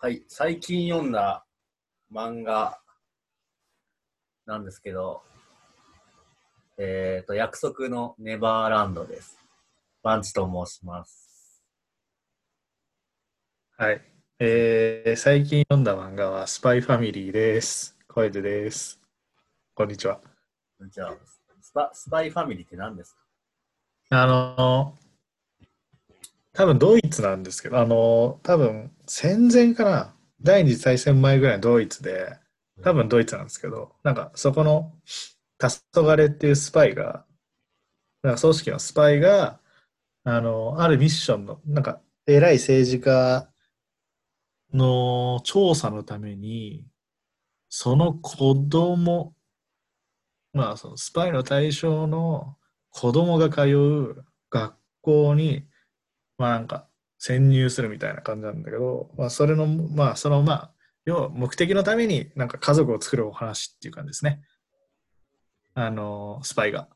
はい、最近読んだ漫画なんですけど、えっ、と、約束のネバーランドです。バンチと申します。はい。えー最近読んだ漫画は、スパイファミリーです。小出です。こんにちは。じゃあ、スパスパイファミリーって何ですかあのー、多分ドイツなんですけど、あのー、多分戦前かな、第二次大戦前ぐらいのドイツで、多分ドイツなんですけど、なんかそこの黄昏っていうスパイが、なんか組織のスパイが、あの、あるミッションの、なんか偉い政治家の調査のために、その子供、まあそのスパイの対象の子供が通う学校に、まあなんか潜入するみたいな感じなんだけど、まあそれの、まあそのまあ、要は目的のためになんか家族を作るお話っていう感じですね。あのスパイが。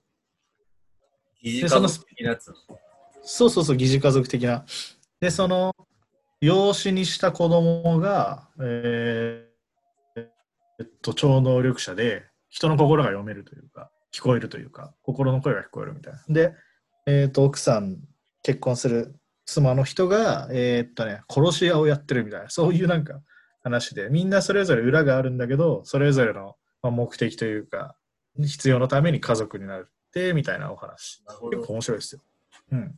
疑似で家その族的なやつ。そうそうそう、疑似家族的な。で、その養子にした子供が、えーえっと、超能力者で、人の心が読めるというか、聞こえるというか、心の声が聞こえるみたいな。で、えーっと、奥さん、結婚する妻の人が、えーっとね、殺し屋をやってるみたいな、そういうなんか話で、みんなそれぞれ裏があるんだけど、それぞれのまあ目的というか、必要のために家族になって、みたいなお話。なるほ結構ど。面白いですよ。うん。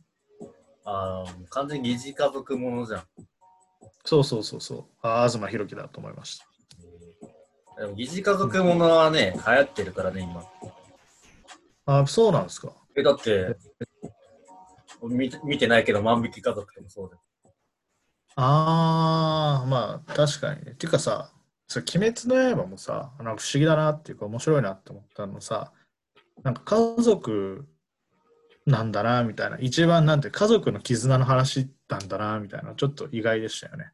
あー完全に疑似家族ものじゃん。そうそうそうそう。ああ、東博樹だと思いました。でも疑似家族ものはね、流行ってるからね、今。あそうなんですか。え、だって、見て見てないけど、万引き家族ともそうだよああ、まあ確かにね。ていうかさ、それ鬼滅の刃もさ、なんか不思議だなっていうか面白いなって思ったのさ、なんか家族なんだなみたいな、一番なんて家族の絆の話なんだなみたいな、ちょっと意外でしたよね。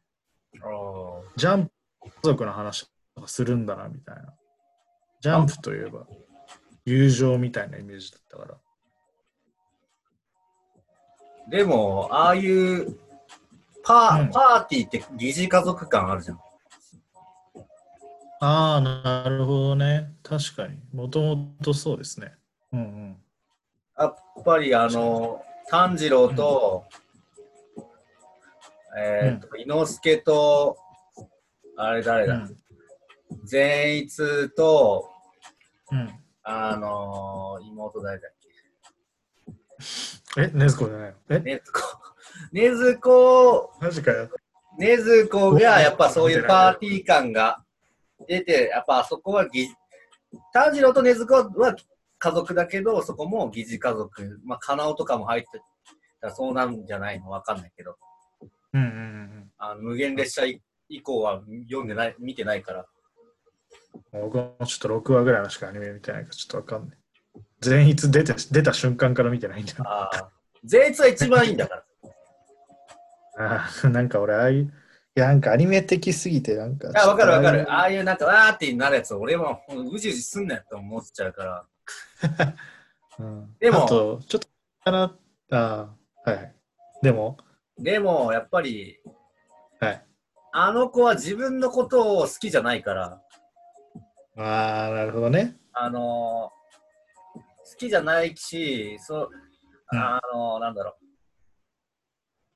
ああ。ジャンプ、家族の話とかするんだなみたいな。ジャンプといえば友情みたいなイメージだったから。でも、ああいうパ,、うんパーティーって疑似家族感あるじゃん。ああ、なるほどね。確かに。もともとそうですね。うんうん。やっぱりあの、炭治郎と、えーっと、伊之助と、あれ誰うだ、ん。善逸と、うん、あのー、妹誰だっえ、ねずこじゃないのえけ、ねずこ。ねずこ、マジかよ。ねずこがやっぱそういうパーティー感が出て、やっぱそこは疑似、炭治郎とねずこは家族だけど、そこも疑似家族、まあ、かなおとかも入ってたらそうなんじゃないのわかんないけど、うんうんうんあの無限列車以以降は読んでない、見てないから、うん。僕もちょっと6話ぐらいのしかアニメ見てないからちょっとわかんない。前日出て出た瞬間から見てないんだよ。ああ、善逸は一番いいんだから。あーなんか俺、ああいう、いや、なんかアニメ的すぎて、なんか。いや、わかるわかる。あああいうなんか、わーってなるやつ、俺もうじうじすんなよって思っちゃうから、あいううん、でもあと、ちょっと、かな、あーはいはい。でも、でも、やっぱり、はい。あの子は自分のことを好きじゃないから、ああ、なるほどね。あのー好きじゃないし、そう、うんあのーなんだろう。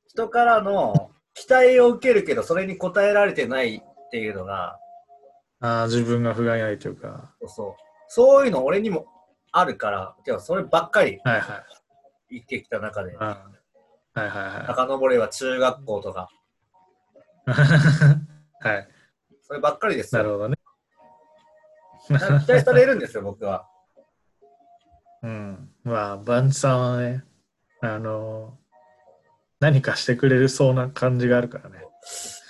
人からの期待を受けるけど、それに応えられてないっていうのが、ああ、自分が不甲斐ないというか。そうそう。そういうの俺にもあるから、でもそればっかりはいはい。言ってきた中で、あーはいはいはい。遡れば中学校とか、はい、そればっかりですなるよ。ほどね。なんか期待されるんですよ、僕は。うん、まあ、バンチさんはね、あの何かしてくれるそうな感じがあるからね。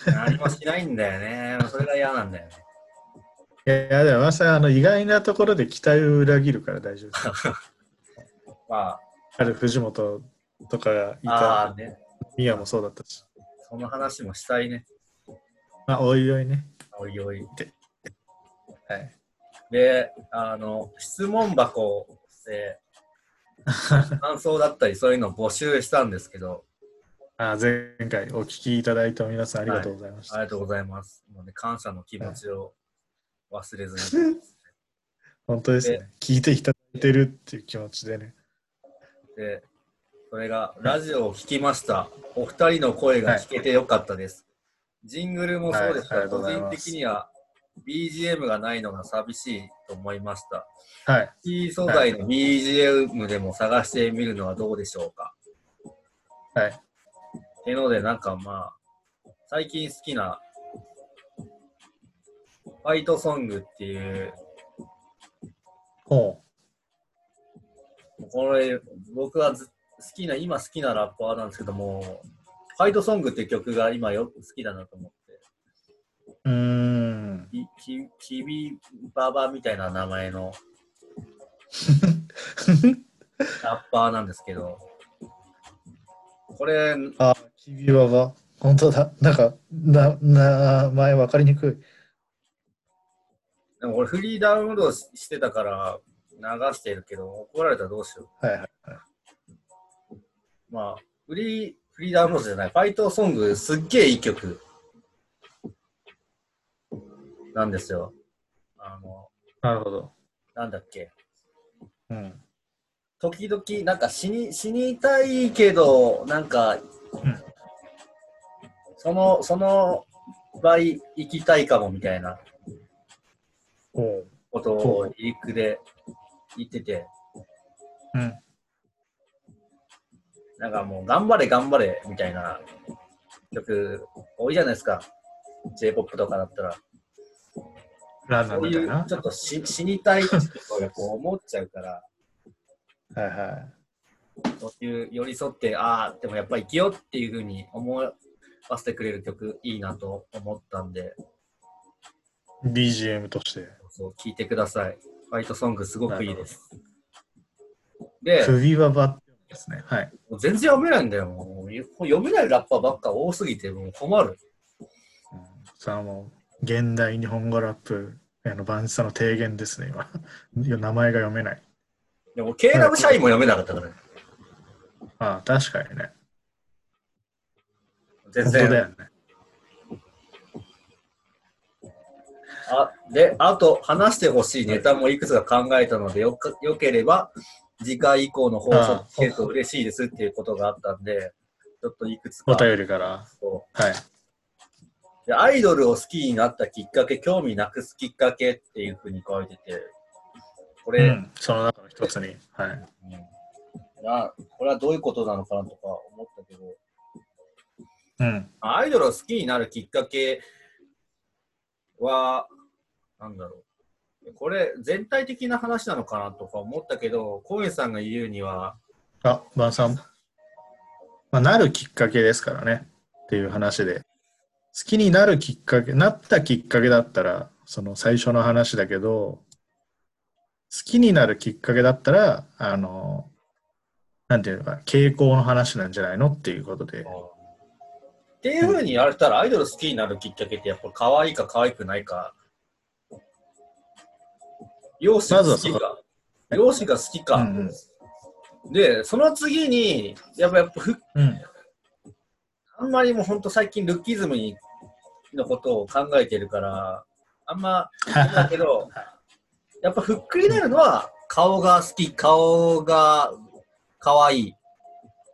何もしないんだよね。それが嫌なんだよね。いや、いやでも、まさあの意外なところで期待を裏切るから大丈夫 です。まある藤本とかがいあ、ああたー、、ね、宮もそうだったし。その話もしたいね。まあ、おいおいね。おいおい。はい。で、あの、質問箱 で、感想だったり、そういうのを募集したんですけど、あ前回お聞きいただいた皆さんありがとうございました。ありがとうございます。もうね、感謝の気持ちを忘れずに。本当ですね。聞いていただいてるっていう気持ちでね。で、それが、ラジオを聞きました。お二人の声が聞けてよかったです。ジングルもそうでした。はいありがとう個ござい人ます的には BGM がないのが寂しいと思いました。はい。 T 素材の BGM でも探してみるのはどうでしょうか。はい。ってので、なんかまあ、最近好きな、ファイトソングっていう、ほこれ、僕はず好きな、今好きなラッパーなんですけども、ファイトソングって曲が今よく好きだなと思って、う。うーん。きききびばばみたいな名前のラッパーなんですけど、これ、あ、きびばば。本当だ。なんか、な、名前わかりにくい。でも俺フリーダウンロードししてたから流してるけど、怒られたらどうしよう。はいはい。まあ、フリー、フリーダウンロードじゃない、ファイトソング、すっげえいい曲。なんですよ。あの、なるほど。なんだっけ。うん。時々、なんか死に、死にたいけど、なんか、んその、その倍生きたいかもみたいなほことをリリックで言ってて、う。うん。なんかもう、頑張れ頑張れみたいな曲多いじゃないですか。J-POP とかだったら。ランナそーうみいたいうなち。ょっとし死にたいってことがこう思っちゃうから、はいはそういう寄り添って、ああ、でもやっぱ生きようっていうふうに思わせてくれる曲、いいなと思ったんで、い。BGM として。そう聞いてください。ファイトソング、すごくいいです。で、くびばばってですね。はい。もう全然読めないんだよ。もう読めないラッパーばっか多すぎて、もう困る。うんそれはもう、現代日本語ラップ、あの、バンチさんの提言ですね、今。 いや名前が読めない。でも、K ラブ社員も読めなかったから、ね、ああ、確かにね。全本当だ然。よね。あで、あと、話してほしいネタもいくつか考えたので、よかよければ、次回以降の放送聞けると嬉しいですっていうことがあったんで、ちょっといくつおか。便りから。そはい。うでアイドルを好きになったきっかけ、興味なくすきっかけっていうふうに書いてて、これ、うん、その中の一つに。はい。うんな、これはどういうことなのかなとか思ったけど、うん。アイドルを好きになるきっかけは、なんだろう。これ、全体的な話なのかなとか思ったけど、コウさんが言うには、あ、バンさん。まあ、なるきっかけですからね。っていう話で。好きになるきっかけ、なったきっかけだったら、その最初の話だけど、好きになるきっかけだったら、あの、なんていうのか、傾向の話なんじゃないのっていうことで。っていうふうに言われたら、アイドル好きになるきっかけって、やっぱ可愛いか可愛くないか、容姿が好きまずか、容姿が好きか、うんで、その次に、やっぱ、やっぱふうん。あんまりもう本当最近ルッキズムにのことを考えてるから、あんま、だけど、やっぱふっくりなるのは顔が好き、顔が可愛い。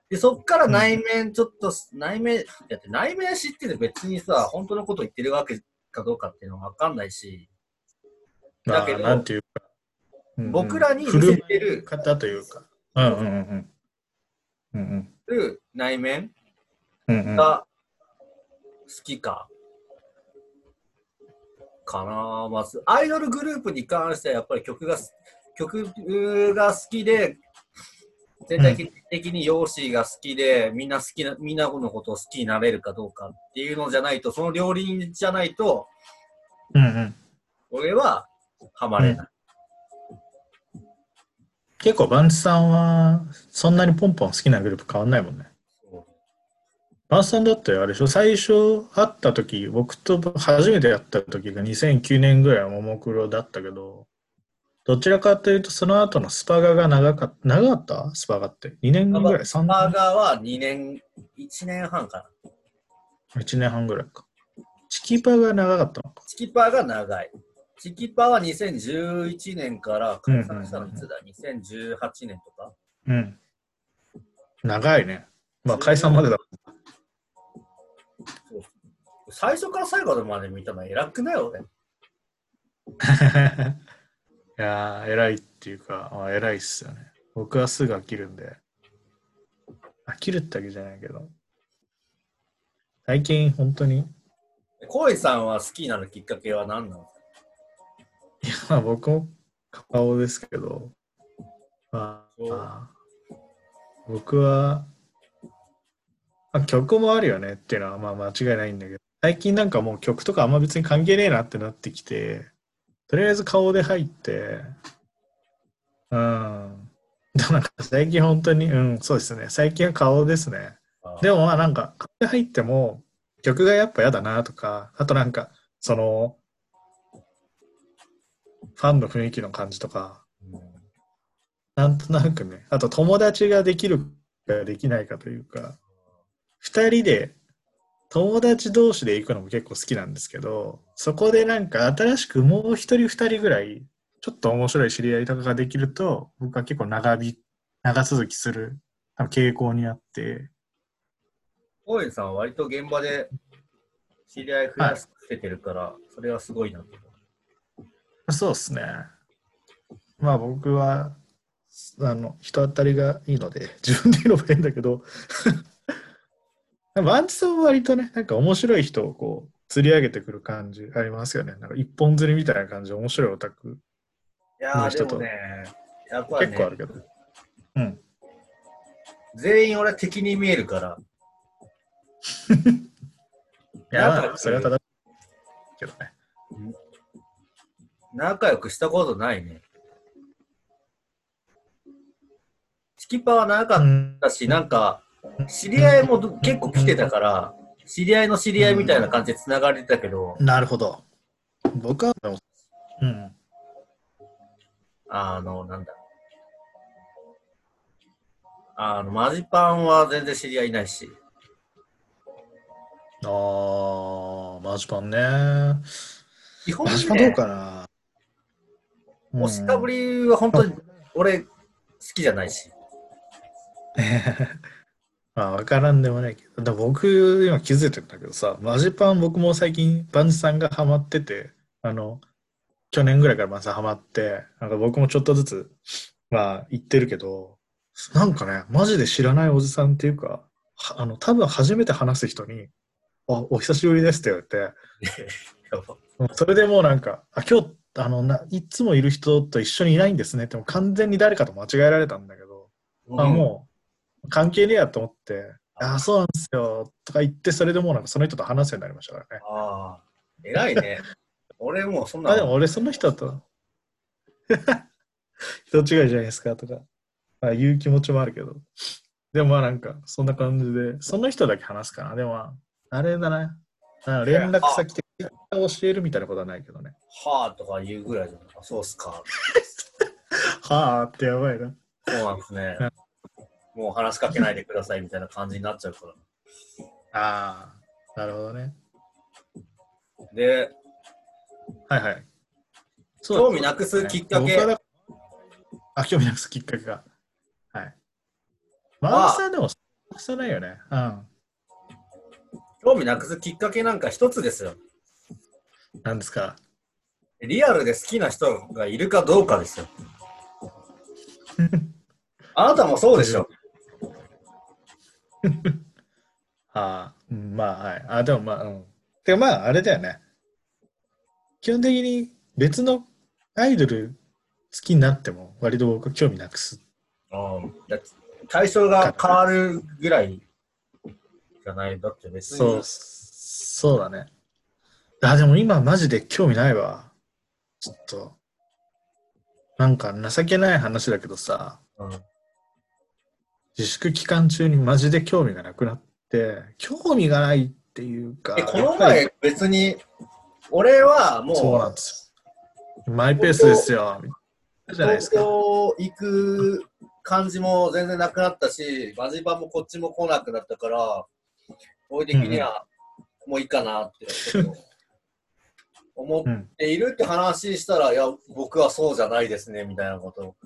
で、そっから内面ちょっと、内面、だって内面知ってて別にさ、本当のこと言ってるわけかどうかっていうのはわかんないし、まだあ、けどなんていうか。うんうん僕らに見せて振る舞いる方というか。うんうんうんうん。うんうん。内面うんうん、が好きか。かなあまず、アイドルグループに関してはやっぱり曲がす、曲が好きで、全体的に容姿が好きで、みんな好きな、みんなのことを好きになれるかどうかっていうのじゃないと、その両輪じゃないと、うんうん、俺はハマれない。結構バンチさんはそんなにポンポン好きなグループ変わんないもんねバンチさんだってあれでしょ最初会った時僕と初めて会った時が2009年ぐらいはももクロだったけどどちらかというと、その後のスパガが長かった、長かったスパガって。2年ぐらい、3スパ年、ガは2年、1年半かな。 1年半ぐらいか。チキパが長かったのか。チキパーが長い。チキパーは2011年から解散したのいつだ、2018年とかうん。長いね。まあ、解散までだ。最初から最後まで見たの偉くない俺。いやー、偉いっていうか、まあ、偉いっすよね。僕はすぐ飽きるんで。飽きるってわけじゃないけど。最近、本当に、コイさんは好きになるきっかけは何なのまあ、僕も顔ですけど、まあ、まあ僕は、まあ、曲もあるよねっていうのはまあ間違いないんだけど、最近なんかもう曲とかあんま別に関係ねえなってなってきて、とりあえず顔で入って、うん。でもなんか最近本当に、うん、そうですね。最近は顔ですね。あーでもまあなんか、買って入っても、曲がやっぱ嫌だなとか、あとなんか、その、ファンの雰囲気の感じとか、うなんとなくね、あと友達ができるかできないかというか、二人で、友達同士で行くのも結構好きなんですけど、そこでなんか新しくもう一人二人ぐらい、ちょっと面白い知り合いとかができると、僕は結構長び、長続きする多分傾向にあって、んコイさんは割と現場で知り合い増やしててるから、それはすごいなと思う。そうですね。まあ僕は、あの、人当たりがいいので、 自分で言うのも変だけど、 ワンチさんは割とね、なんか面白い人をこう、釣り上げてくる感じありますよね。なんか一本釣りみたいな感じで面白いオタク、いやのーで人もとね、やっぱり結ね構あるけど。うん。全員俺は敵に見えるから、 いや、なんかまあそれは正しいけどね。仲良くしたことないね。チキパは長かっん。たし、なんか、知り合いもど結構来てたから、知り合いの知り合いみたいな感じで繋がれてたけど、なるほど。僕は、でもうん。あの、なんだ。あの、マジパンは全然知り合いいないし、ああ、マジパンね。基本マジ的パにンどうね、かな。押しかぶりは本当に俺好きじゃないし、 まあ、わからんでもないけど、でも僕、今気づいてんだけどさ、マジパン、僕も最近、バンジさんがハマってて、あの、去年ぐらいからまずハマって、なんか僕もちょっとずつ、まあ、行ってるけど、なんかね、マジで知らないおじさんっていうか、はあの、多分初めて話す人に、あ、お久しぶりですって言われて、うんそれでもうなんか、あ、今日、あの、ないつもいる人と一緒にいないんですねって、もう完全に誰かと間違えられたんだけど、あもう関係ねえやと思って、ああ、そうなんですよとか言って、それでもうなんかその人と話すようになりましたからね。ああ、偉いね。俺もうそんなあ、でのも俺その人と 人違いじゃないですかとか、まあ、言う気持ちもあるけど、でもまあなんかそんな感じで、その人だけ話すかな。でもまあ、あれだな。あ連絡先で教えるみたいなことはないけどね。はあとか言うぐらいじゃないあそうっすか。はあってやばいな。そうなんですね。もう話しかけないでくださいみたいな感じになっちゃうから。ああ、なるほどね。で、はいはい。そう興味なくすきっか僕けは、だあ、興味なくすきっかけが。はい。マあーサーでも、さないよね。うん。興味なくすきっかけなんか一つですよ。なんですか。リアルで好きな人がいるかどうか ですよ。あなたもそうでしょ。ああ、うんまあ、はい。あ、でもまあ、うん。てかまあ、あれだよね。基本的に別のアイドル好きになっても、割と僕は興味なくす。うんだって対象が変わるぐらいじゃない。だって別に。そう、そうだね。あ、でも今マジで興味ないわ。ちょっと。なんか情けない話だけどさ、うん自粛期間中にマジで興味がなくなって、興味がないっていうか、えこのやっ前別に、俺はぱりそうなもんですよ。マイペースですよ。じゃないで東すか。京行く感じも全然なくなったし、マジバもこっちも来なくなったから、俺的にはもういいかなって、ちょっと思っているって話したら、いや、僕はそうじゃないですね、みたいなことを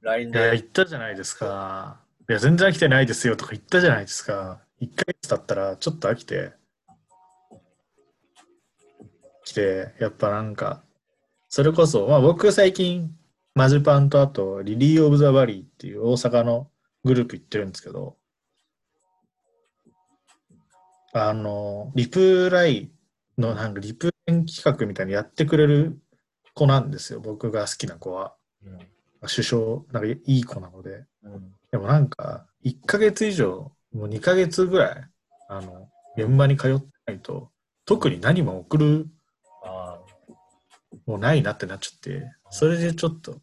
LINE いや、で言ったじゃないですか。いや、全然飽きてないですよとか言ったじゃないですか。1ヶ月経ったら、ちょっと飽きて、来て、やっぱなんか、それこそ、まあ僕最近、マジパンとあと、リリー・オブ・ザ・バリーっていう大阪のグループ行ってるんですけど、あの、リプライのなんかリプレン企画みたいにやってくれる子なんですよ、僕が好きな子は。首相、なんかいい子なので。うんでもなんか、1ヶ月以上、もう2ヶ月ぐらい、あの、現場に通ってないと、特に何も送るあもうないなってなっちゃって、それでちょっと、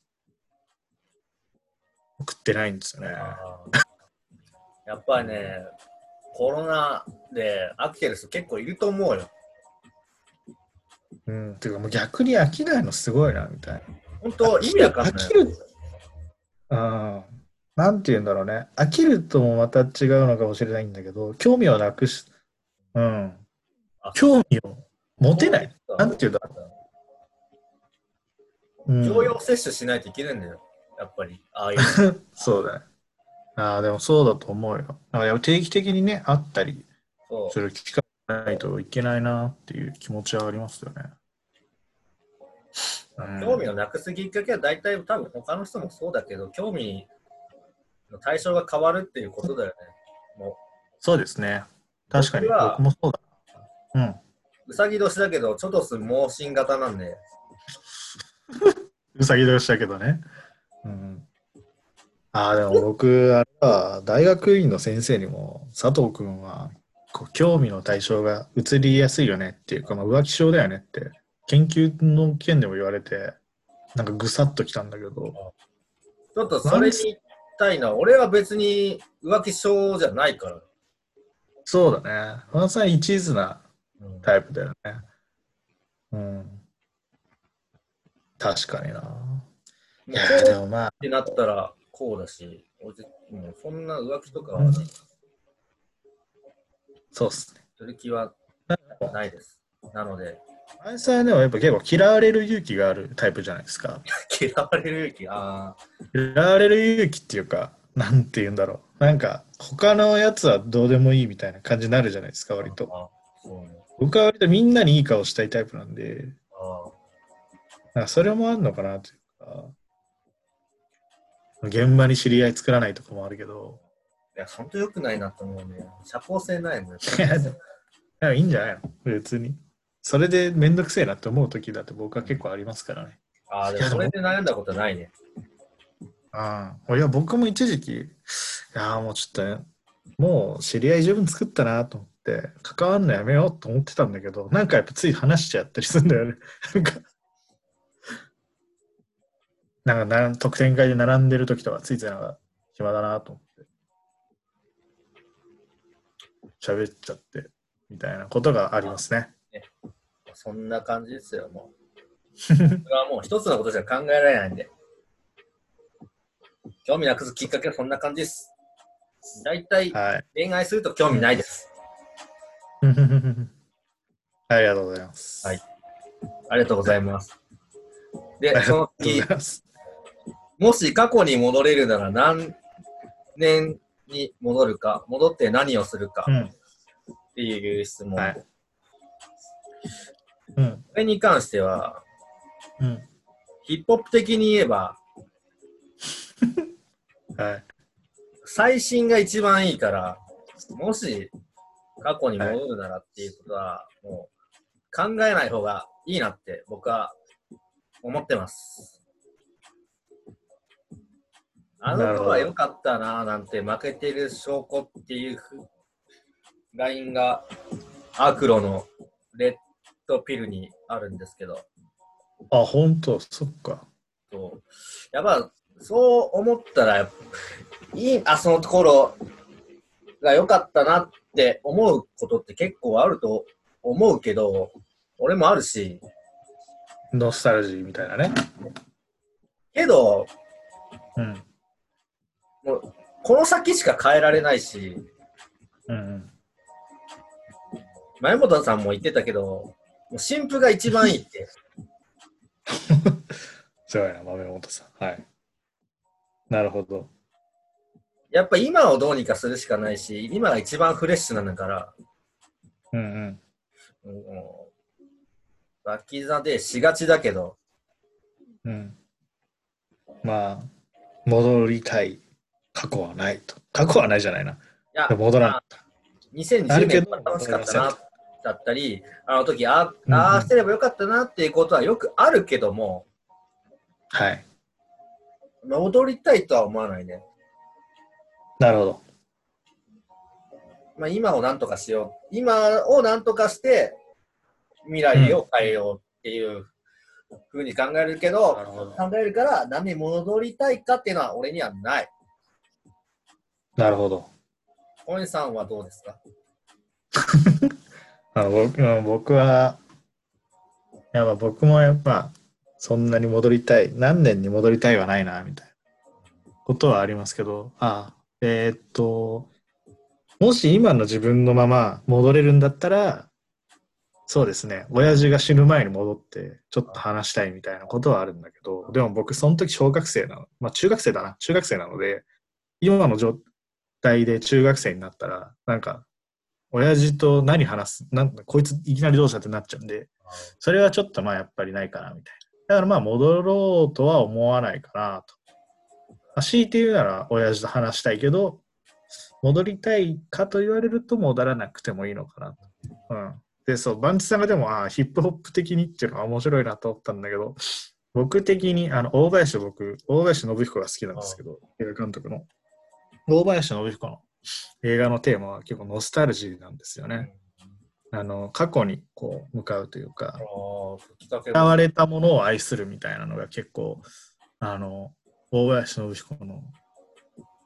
送ってないんですよねー。あーやっぱりね、コロナで飽きてる人結構いると思うよ。うん。ていうかもう逆に飽きないのすごいな、みたいな。本当、意味わかん飽ないき。る。うん。なんて言うんだろうね。飽きるともまた違うのかもしれないんだけど、興味をなくし、うんあ。興味を持てない。なんて言うんだうん常用接種しないといけないんだよ、やっぱり。ああいう。そうだね。ああ、でもそうだと思うよ。だから定期的にね、会ったりそする機会がないといけないなっていう気持ちはありますよね。うう。ん興味のなくすきっかけは大体多分他の人もそうだけど、興味の対象が変わるっていうことだよね。そうですね。確かに僕は僕もそうだ。うん。うさぎ年だけど、ちょっとす盲信型なんで、うさぎ年だけどね。うん。ああ、でも僕、あれは大学院の先生にも、佐藤君は、こう興味の対象が移りやすいよねっていうか、まあ、浮気症だよねって、研究の件でも言われて、なんかぐさっときたんだけど、ちょっとそれに言いたいな。俺は別に浮気症じゃないから。そうだね。まさに一途なうんタイプだよね。うん。確かにな。いやー、でこうっもまあ、てなったらこうだし、俺もうそんな浮気とかは、ね、そうっすね。する気はないです。なので、 あいさんでもやっぱ結構嫌われる勇気があるタイプじゃないですか。嫌われる勇気、ああ、嫌われる勇気っていうか、なんて言うんだろう。なんか、他のやつはどうでもいいみたいな感じになるじゃないですか、割と。あそうね。僕は割とみんなにいい顔したいタイプなんで、ああなんかそれもあるのかなというか、現場に知り合い作らないとかもあるけど、いや、ほんと良くないなと思うね。社交性ない もん。いやでもいやいいんじゃないの別に。それでめんどくせえなって思う時だって僕は結構ありますからね。ああ、でもそれで悩んだことないね。うん。いや、僕も一時期、いやー、もうちょっとね、もう知り合い十分作ったなと思って、関わんのやめようと思ってたんだけど、なんかやっぱつい話しちゃったりするんだよね。 なんか、なんかな、特典会で並んでる時とか、ついついなんか、暇だなと思って、喋っちゃって、みたいなことがありますね。そんな感じですよ、も う。それはもう一つのことじゃ考えられないんで。興味なくすきっかけはそんな感じです。大体、はい。 恋愛すると興味ないです。ありがとうございます。はいありがとうございます。で、そのあり次がとうござい、ます。もし過去に戻れるなら何年に戻るか、戻って何をするかうっん。ていう質問。はいうん。これに関しては、うん。ヒップホップ的に言えば、はい。最新が一番いいから、もし過去に戻るならっていうことは、もう考えない方がいいなって僕は思ってます。あの子は良かったなぁなんて負けてる証拠っていうふラインがアクロのレッドピルにあるんですけど、あ、本当そっか。そうやっぱそう思ったらやっぱいいあそのところが良かったなって思うことって結構あると思うけど俺もあるしノスタルジーみたいなね。けど、うん。この先しか変えられないし、うん。前本さんも言ってたけど、もう新婦が一番いいって。そうやな、豆本さん。はい。なるほど。やっぱ今をどうにかするしかないし、今が一番フレッシュなんだから、うんうん。うんうん、バッキーザでしがちだけど、うん。まあ、戻りたい過去はないと。過去はないじゃないな。いや、戻らんまああ2010るけ年どは楽しかった戻りまなせん、だったり、あの時、あうんああしてればよかったなっていうことはよくあるけども、はい。戻りたいとは思わないね。なるほど。まあ、今をなんとかしよう。今をなんとかして、未来を変えようっていうふうに考えるけど、なるほど考えるから、何に戻りたいかっていうのは俺にはない。なるほど。小西さんはどうですかあの僕うん僕は、いやまあ僕もやっぱ、そんなに戻りたい、何年に戻りたいはないな、みたいなことはありますけど、あえーっと、もし今の自分のまま戻れるんだったら、そうですね、親父が死ぬ前に戻って、ちょっと話したいみたいなことはあるんだけど、でも僕、その時小学生なの、まあ中学生だな、中学生なので、今の状態で中学生になったら、なんか、親父と何話すなんかこいついきなりどうしたってなっちゃうんでそれはちょっとまあやっぱりないかなみたいなだからまあ戻ろうとは思わないかなと、まあ、強いて言うなら親父と話したいけど戻りたいかと言われると戻らなくてもいいのかなと、うん、でそうバンチさんがでもああヒップホップ的にっていうのは面白いなと思ったんだけど僕的にあの大林僕大林信彦が好きなんですけど映画監督の大林信彦の映画のテーマは結構ノスタルジーなんですよね。あの過去にこう向かうというかあ、の吹きかけ使われたものを愛するみたいなのが結構あの大林信彦の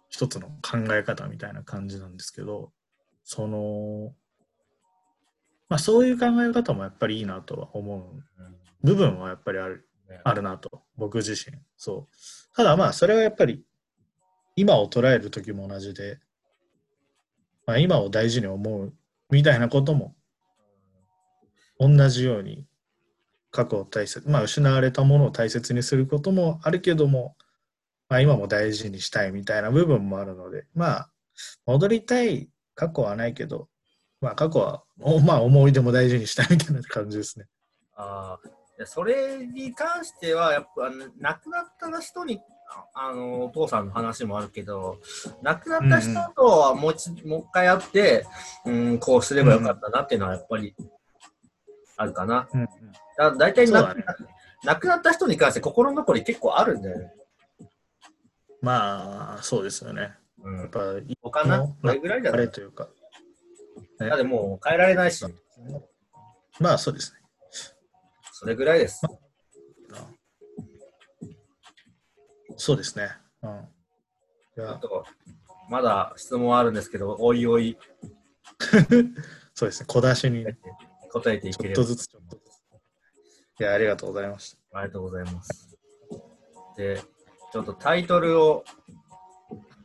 一つの考え方みたいな感じなんですけどその、まあ、そういう考え方もやっぱりいいなとは思う部分はやっぱりあるあるなと、僕自身。そう。ただまあ、それはやっぱり、今を捉える時も同じで、まあ、今を大事に思うみたいなことも、同じように、過去を大切、まあ、失われたものを大切にすることもあるけども、まあ、今も大事にしたいみたいな部分もあるので、まあ、戻りたい過去はないけど、まあ、過去は、おまあ、思い出も大事にしたいみたいな感じですね。あーいやそれに関しては、やっぱ亡くなった人に、ああのお父さんの話もあるけど、亡くなった人とはもう一、もう一回会って、うん、こうすればよかったなっていうのはやっぱりあるかな。うん、だ大体そな、うだね。亡くなった人に関して心残り結構あるんだよね。まあ、そうですよね。うやっん、ぱ、他な、これぐらいじゃあなれいというか、だってもう変えられないし、まあそうですね。それぐらいです。そうですね。うん。いあやと、まだ質問あるんですけど、おいおいそうですね。小出しにね、答えていちけょっれとば。ずつ、ちょっとずつ。いや、ありがとうございましありがとうございます。で、ちょっとタイトルを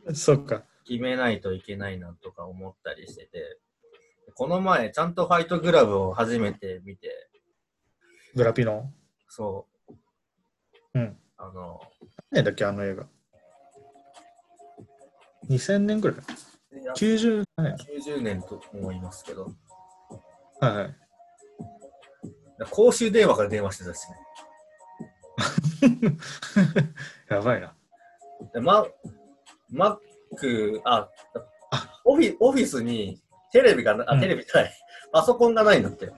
た。そっか。決めないといけないなとか思ったりしてて、この前、ちゃんとファイトグラブを初めて見て、グラピノ。そう。うん。あの、何年だっけ、あの映画。2000年ぐらい。90年。 90年と思いますけど、はいはい。 公衆電話から電話してたしね。やばいな。でママック、ああ、オフィオフィスにテレビがな、うあ、んテレビじゃない、パソコンがないんだって。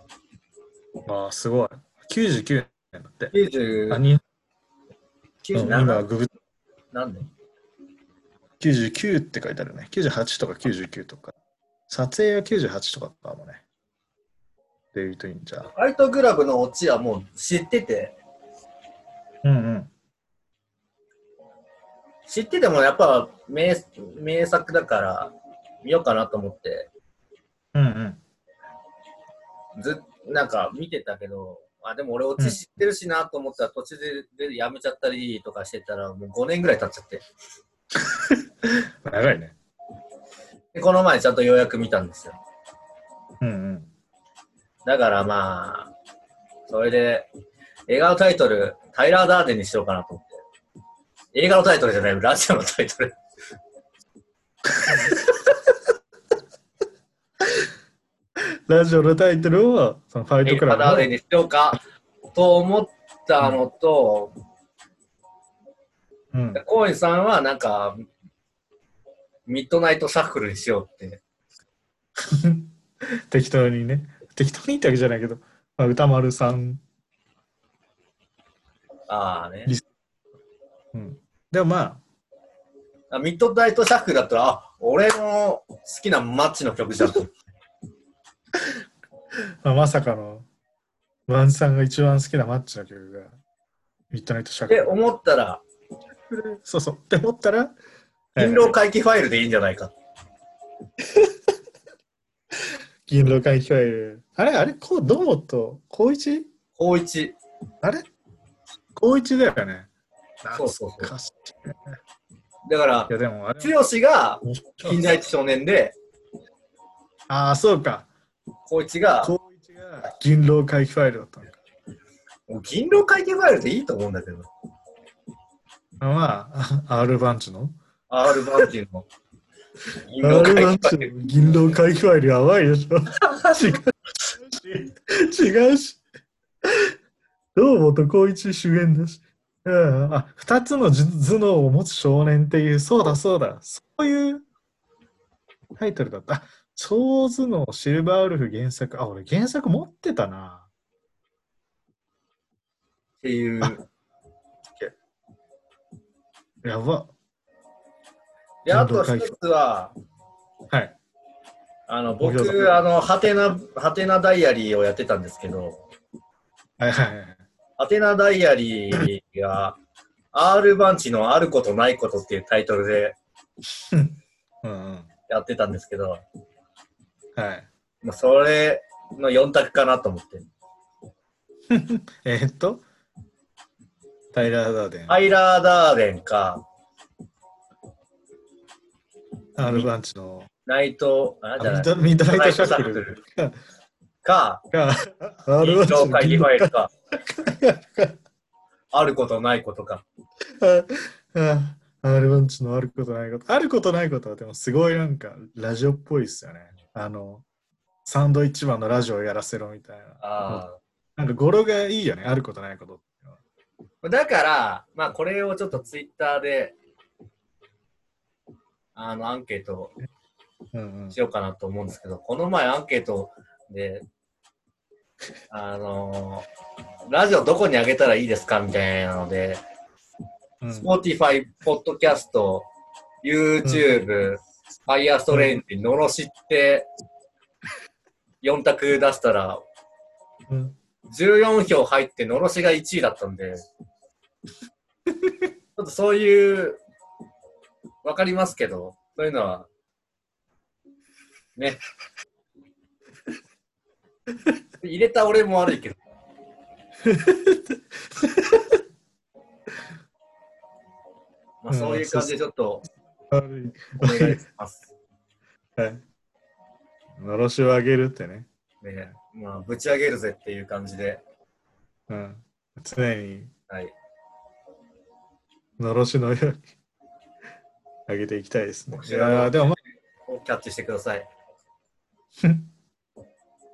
ああ、すごい。99年だって。あ、 90に、うん今は97グブ何年99って書いてあるね。98とか99とか。撮影は98とかかもね。っていうといいんじゃう。ファイトグラブのオチはもう知ってて、うんうん。知っててもやっぱ名名作だから見ようかなと思って、うんうん。ずっなんか見てたけど、あ、でも俺、オチ知ってるしなと思ったら、途中ででやめちゃったりとかしてたら、もう5年ぐらい経っちゃって。長いね。で、この前ちゃんとようやく見たんですよ。うんうん。だからまあ、それで、映画のタイトル、タイラー・ダーデンにしようかなと思って。映画のタイトルじゃない、ラジオのタイトル。ラジオのタイトルを、そのファイ映トク画ダーラデンブにしようかと思ったのと、の。うん。コーンさんはなんか、ミッドナイトシャッフルにしようって。適当にね。適当にってわけじゃないけど、まあ、歌丸さん。ああね。うん。でもまあ、あミッドナイトシャッフルだったら、あ、俺の好きなマッチの曲じゃん。まあ、まさかの、ワンさんが一番好きなマッチの曲が、ミッドナイトシャっッてク。思ったら、そうそう。って思ったら、勤労回帰ファイルでいいんじゃないか。銀狼会聞こえる。あれあれこう、どうもと、高一高一。あれ高一だよね。そうそうそう懐かしい。だからい、や、でもあれ剛が面白い金田一少年で、ああ、そうか。高一が、高一が銀狼会議ファイルだったのか。もう勤労回帰ファイルでいいと思うんだけど、まあ、R バンチの R バンティの。勤労 R 回帰フバンチァイル。の銀狼会議ファイルやばいでしょ。違うし、違うし。どうもと高一主演だし。うん、あ二つの頭脳を持つ少年っていう、そうだそうだ、そういうタイトルだった。あ超頭脳シルバーウルフ原作。あ、俺原作持ってたな。っていう、やば。で、あと一つは、はい。あの、もう一つ僕、あの、ハテナ、ハテナダイアリーをやってたんですけど、はいはいはい。ハテナダイアリーが、R バンチのあることないことっていうタイトルでうんうん。やってたんですけど、はい。まあそれの4択かなと思って。えーっと、タイラー・ダーデン、アイラーダーデンか、アルバンチのナイト、ああじゃミないッドミッドナイト・シャッフミッドナイトシャッフルルか、が、アルバンチ紹介リフのァイルか、あることないことか。ああアルバンチのあることないこと。あることないことはでもすごいなんかラジオっぽいですよね。あの、サンドイッチマンのラジオをやらせろみたいな。あなんか語呂がいいよね、あることないこと。ーだから、まあ、これをちょっとツイッターで、あの、アンケートうんうんし、ようかなと思うんですけど、この前アンケートで、あのーラジオどこにあげたらいいですかみたいなので、うん Spotify、Podcast、YouTube、Firestrange にのろしって4択出したら、うん14票入ってのろしが1位だったんで、ちょっとそういう、わかりますけど、そういうのは、ね。入れた俺も悪いけど。まあ、うんそういう感じでちょっと悪お願いします。い。はい。のろしをあげるってね。ね、まあ、ぶち上げるぜっていう感じで、うん。常にはい。のろしのように上げていきたいですね。面い白いやーでもまをキャッチしてください。あい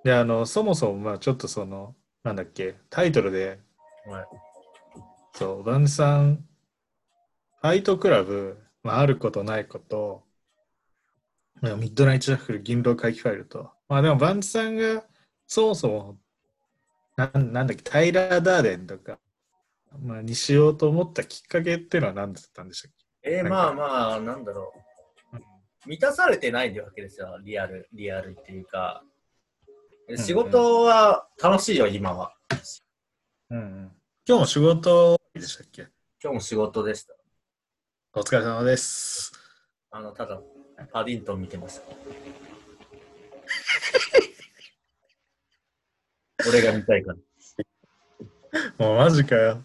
やあのそもそもまあちょっとそのなんだっけタイトルではい。そうバンジさんファイトクラブ、まあ、あることないことまあミッドナイトシャッフル銀狼回帰ファイルとまあでもバンジさんがそもそもなんなんだっけタイラー・ダーデンとか、まあ、にしようと思ったきっかけっていうのは何だったんでしたっえー、まあまあ、なんだろけ、う。満たされてないわけですよ、リアル、リアルっていうか。仕事は楽しいよ、今は。うんうん、今日も仕事でしたっけ今日も仕事でした。お疲れ様です。あの、ただ、パディントン見てました。俺が見たいから。もうマジかよ。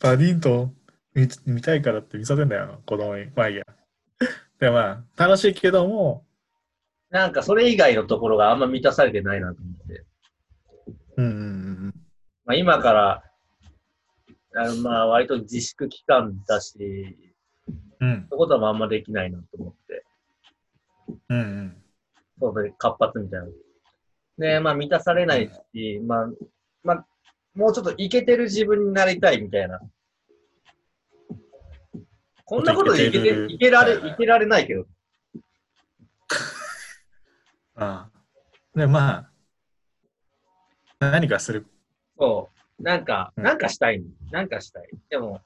パディントン見見たいからって見させんだよ、子供に。まあいいや。 でまあ、楽しいけども、なんかそれ以外のところがあんま満たされてないなと思って。うんうんうんまあ、今から、あのまあ割と自粛期間だし、うん。うんそういうこともあんまできないなと思って。うんうん。そうで、活発みたいな。で、まあ満たされないし、まあ、まあ、もうちょっとイケてる自分になりたいみたいな。こんなことでイケてもっとイイケケてるられ、はいはいイケられないけど。ああ。で、まあ、何かする。そう。なんか、うんなんかしたい。なんかしたい。でも、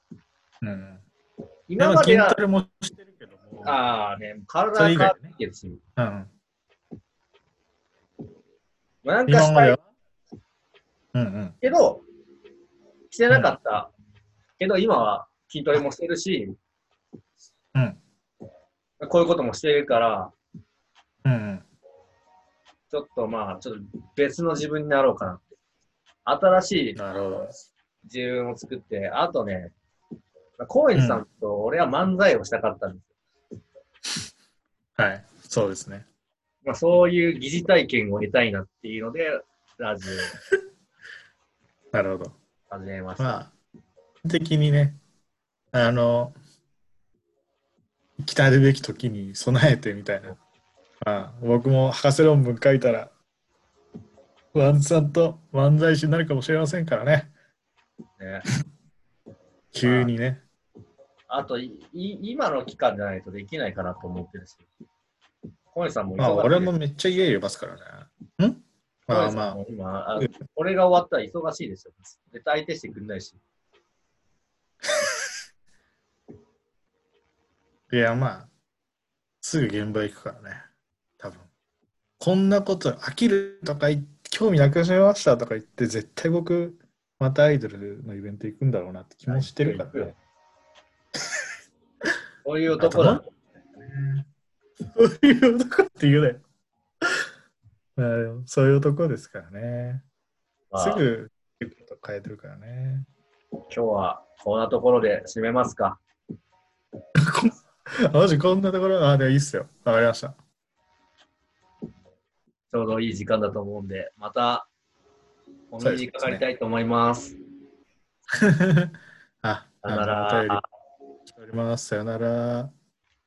うん。で今もまで筋はト、レもしてるけども。ああね、体そがれ変以外わっねてきてるし、うん。まあなんか今しまたでいは。うんうん。けど、してなかった。けど、今は筋トレもしてるし、うんこういうこともしてるから、うんうん。ちょっとまあ、ちょっと別の自分になろうかなって。新しいなるほど。自分を作って、あとね、高円寺さんと俺は漫才をしたかったんですよ。はい。そうですね。まあ、そういう疑似体験を得たいなっていうので、ラジなるほど。オを始めました。まあ、基本的にね、あの、生きたるべき時に備えてみたいな。まあ、僕も博士論文書いたら、ワンさんと漫才師になるかもしれませんからね。ね、急にね。あとい、い今の期間じゃないとできないかなと思ってるし、高円寺さんもまあ、忙しいで俺すもめっちゃ家言いますからね。んまあまあ、今、あ俺が終わったら忙しいですよ。絶対相手してくんないし。いや、まあ、すぐ現場行くからね。多分。こんなこと飽きるとか言って、興味なくしましたとか言って、絶対僕、またアイドルのイベント行くんだろうなって気もしてるからね。そういうとこだ。そういう男って言うなよ。まあでもそういう男ですからね。まあすぐ、こと変えてるからね。今日はこんなところで締めますか。マジこんなところ、あ、でもいいっすよ。わかりました。 ちょうどいい時間だと思うんで、またおそう目ですにねかかりたいと思います。あ、さよならあのお便り来ております。さよなら。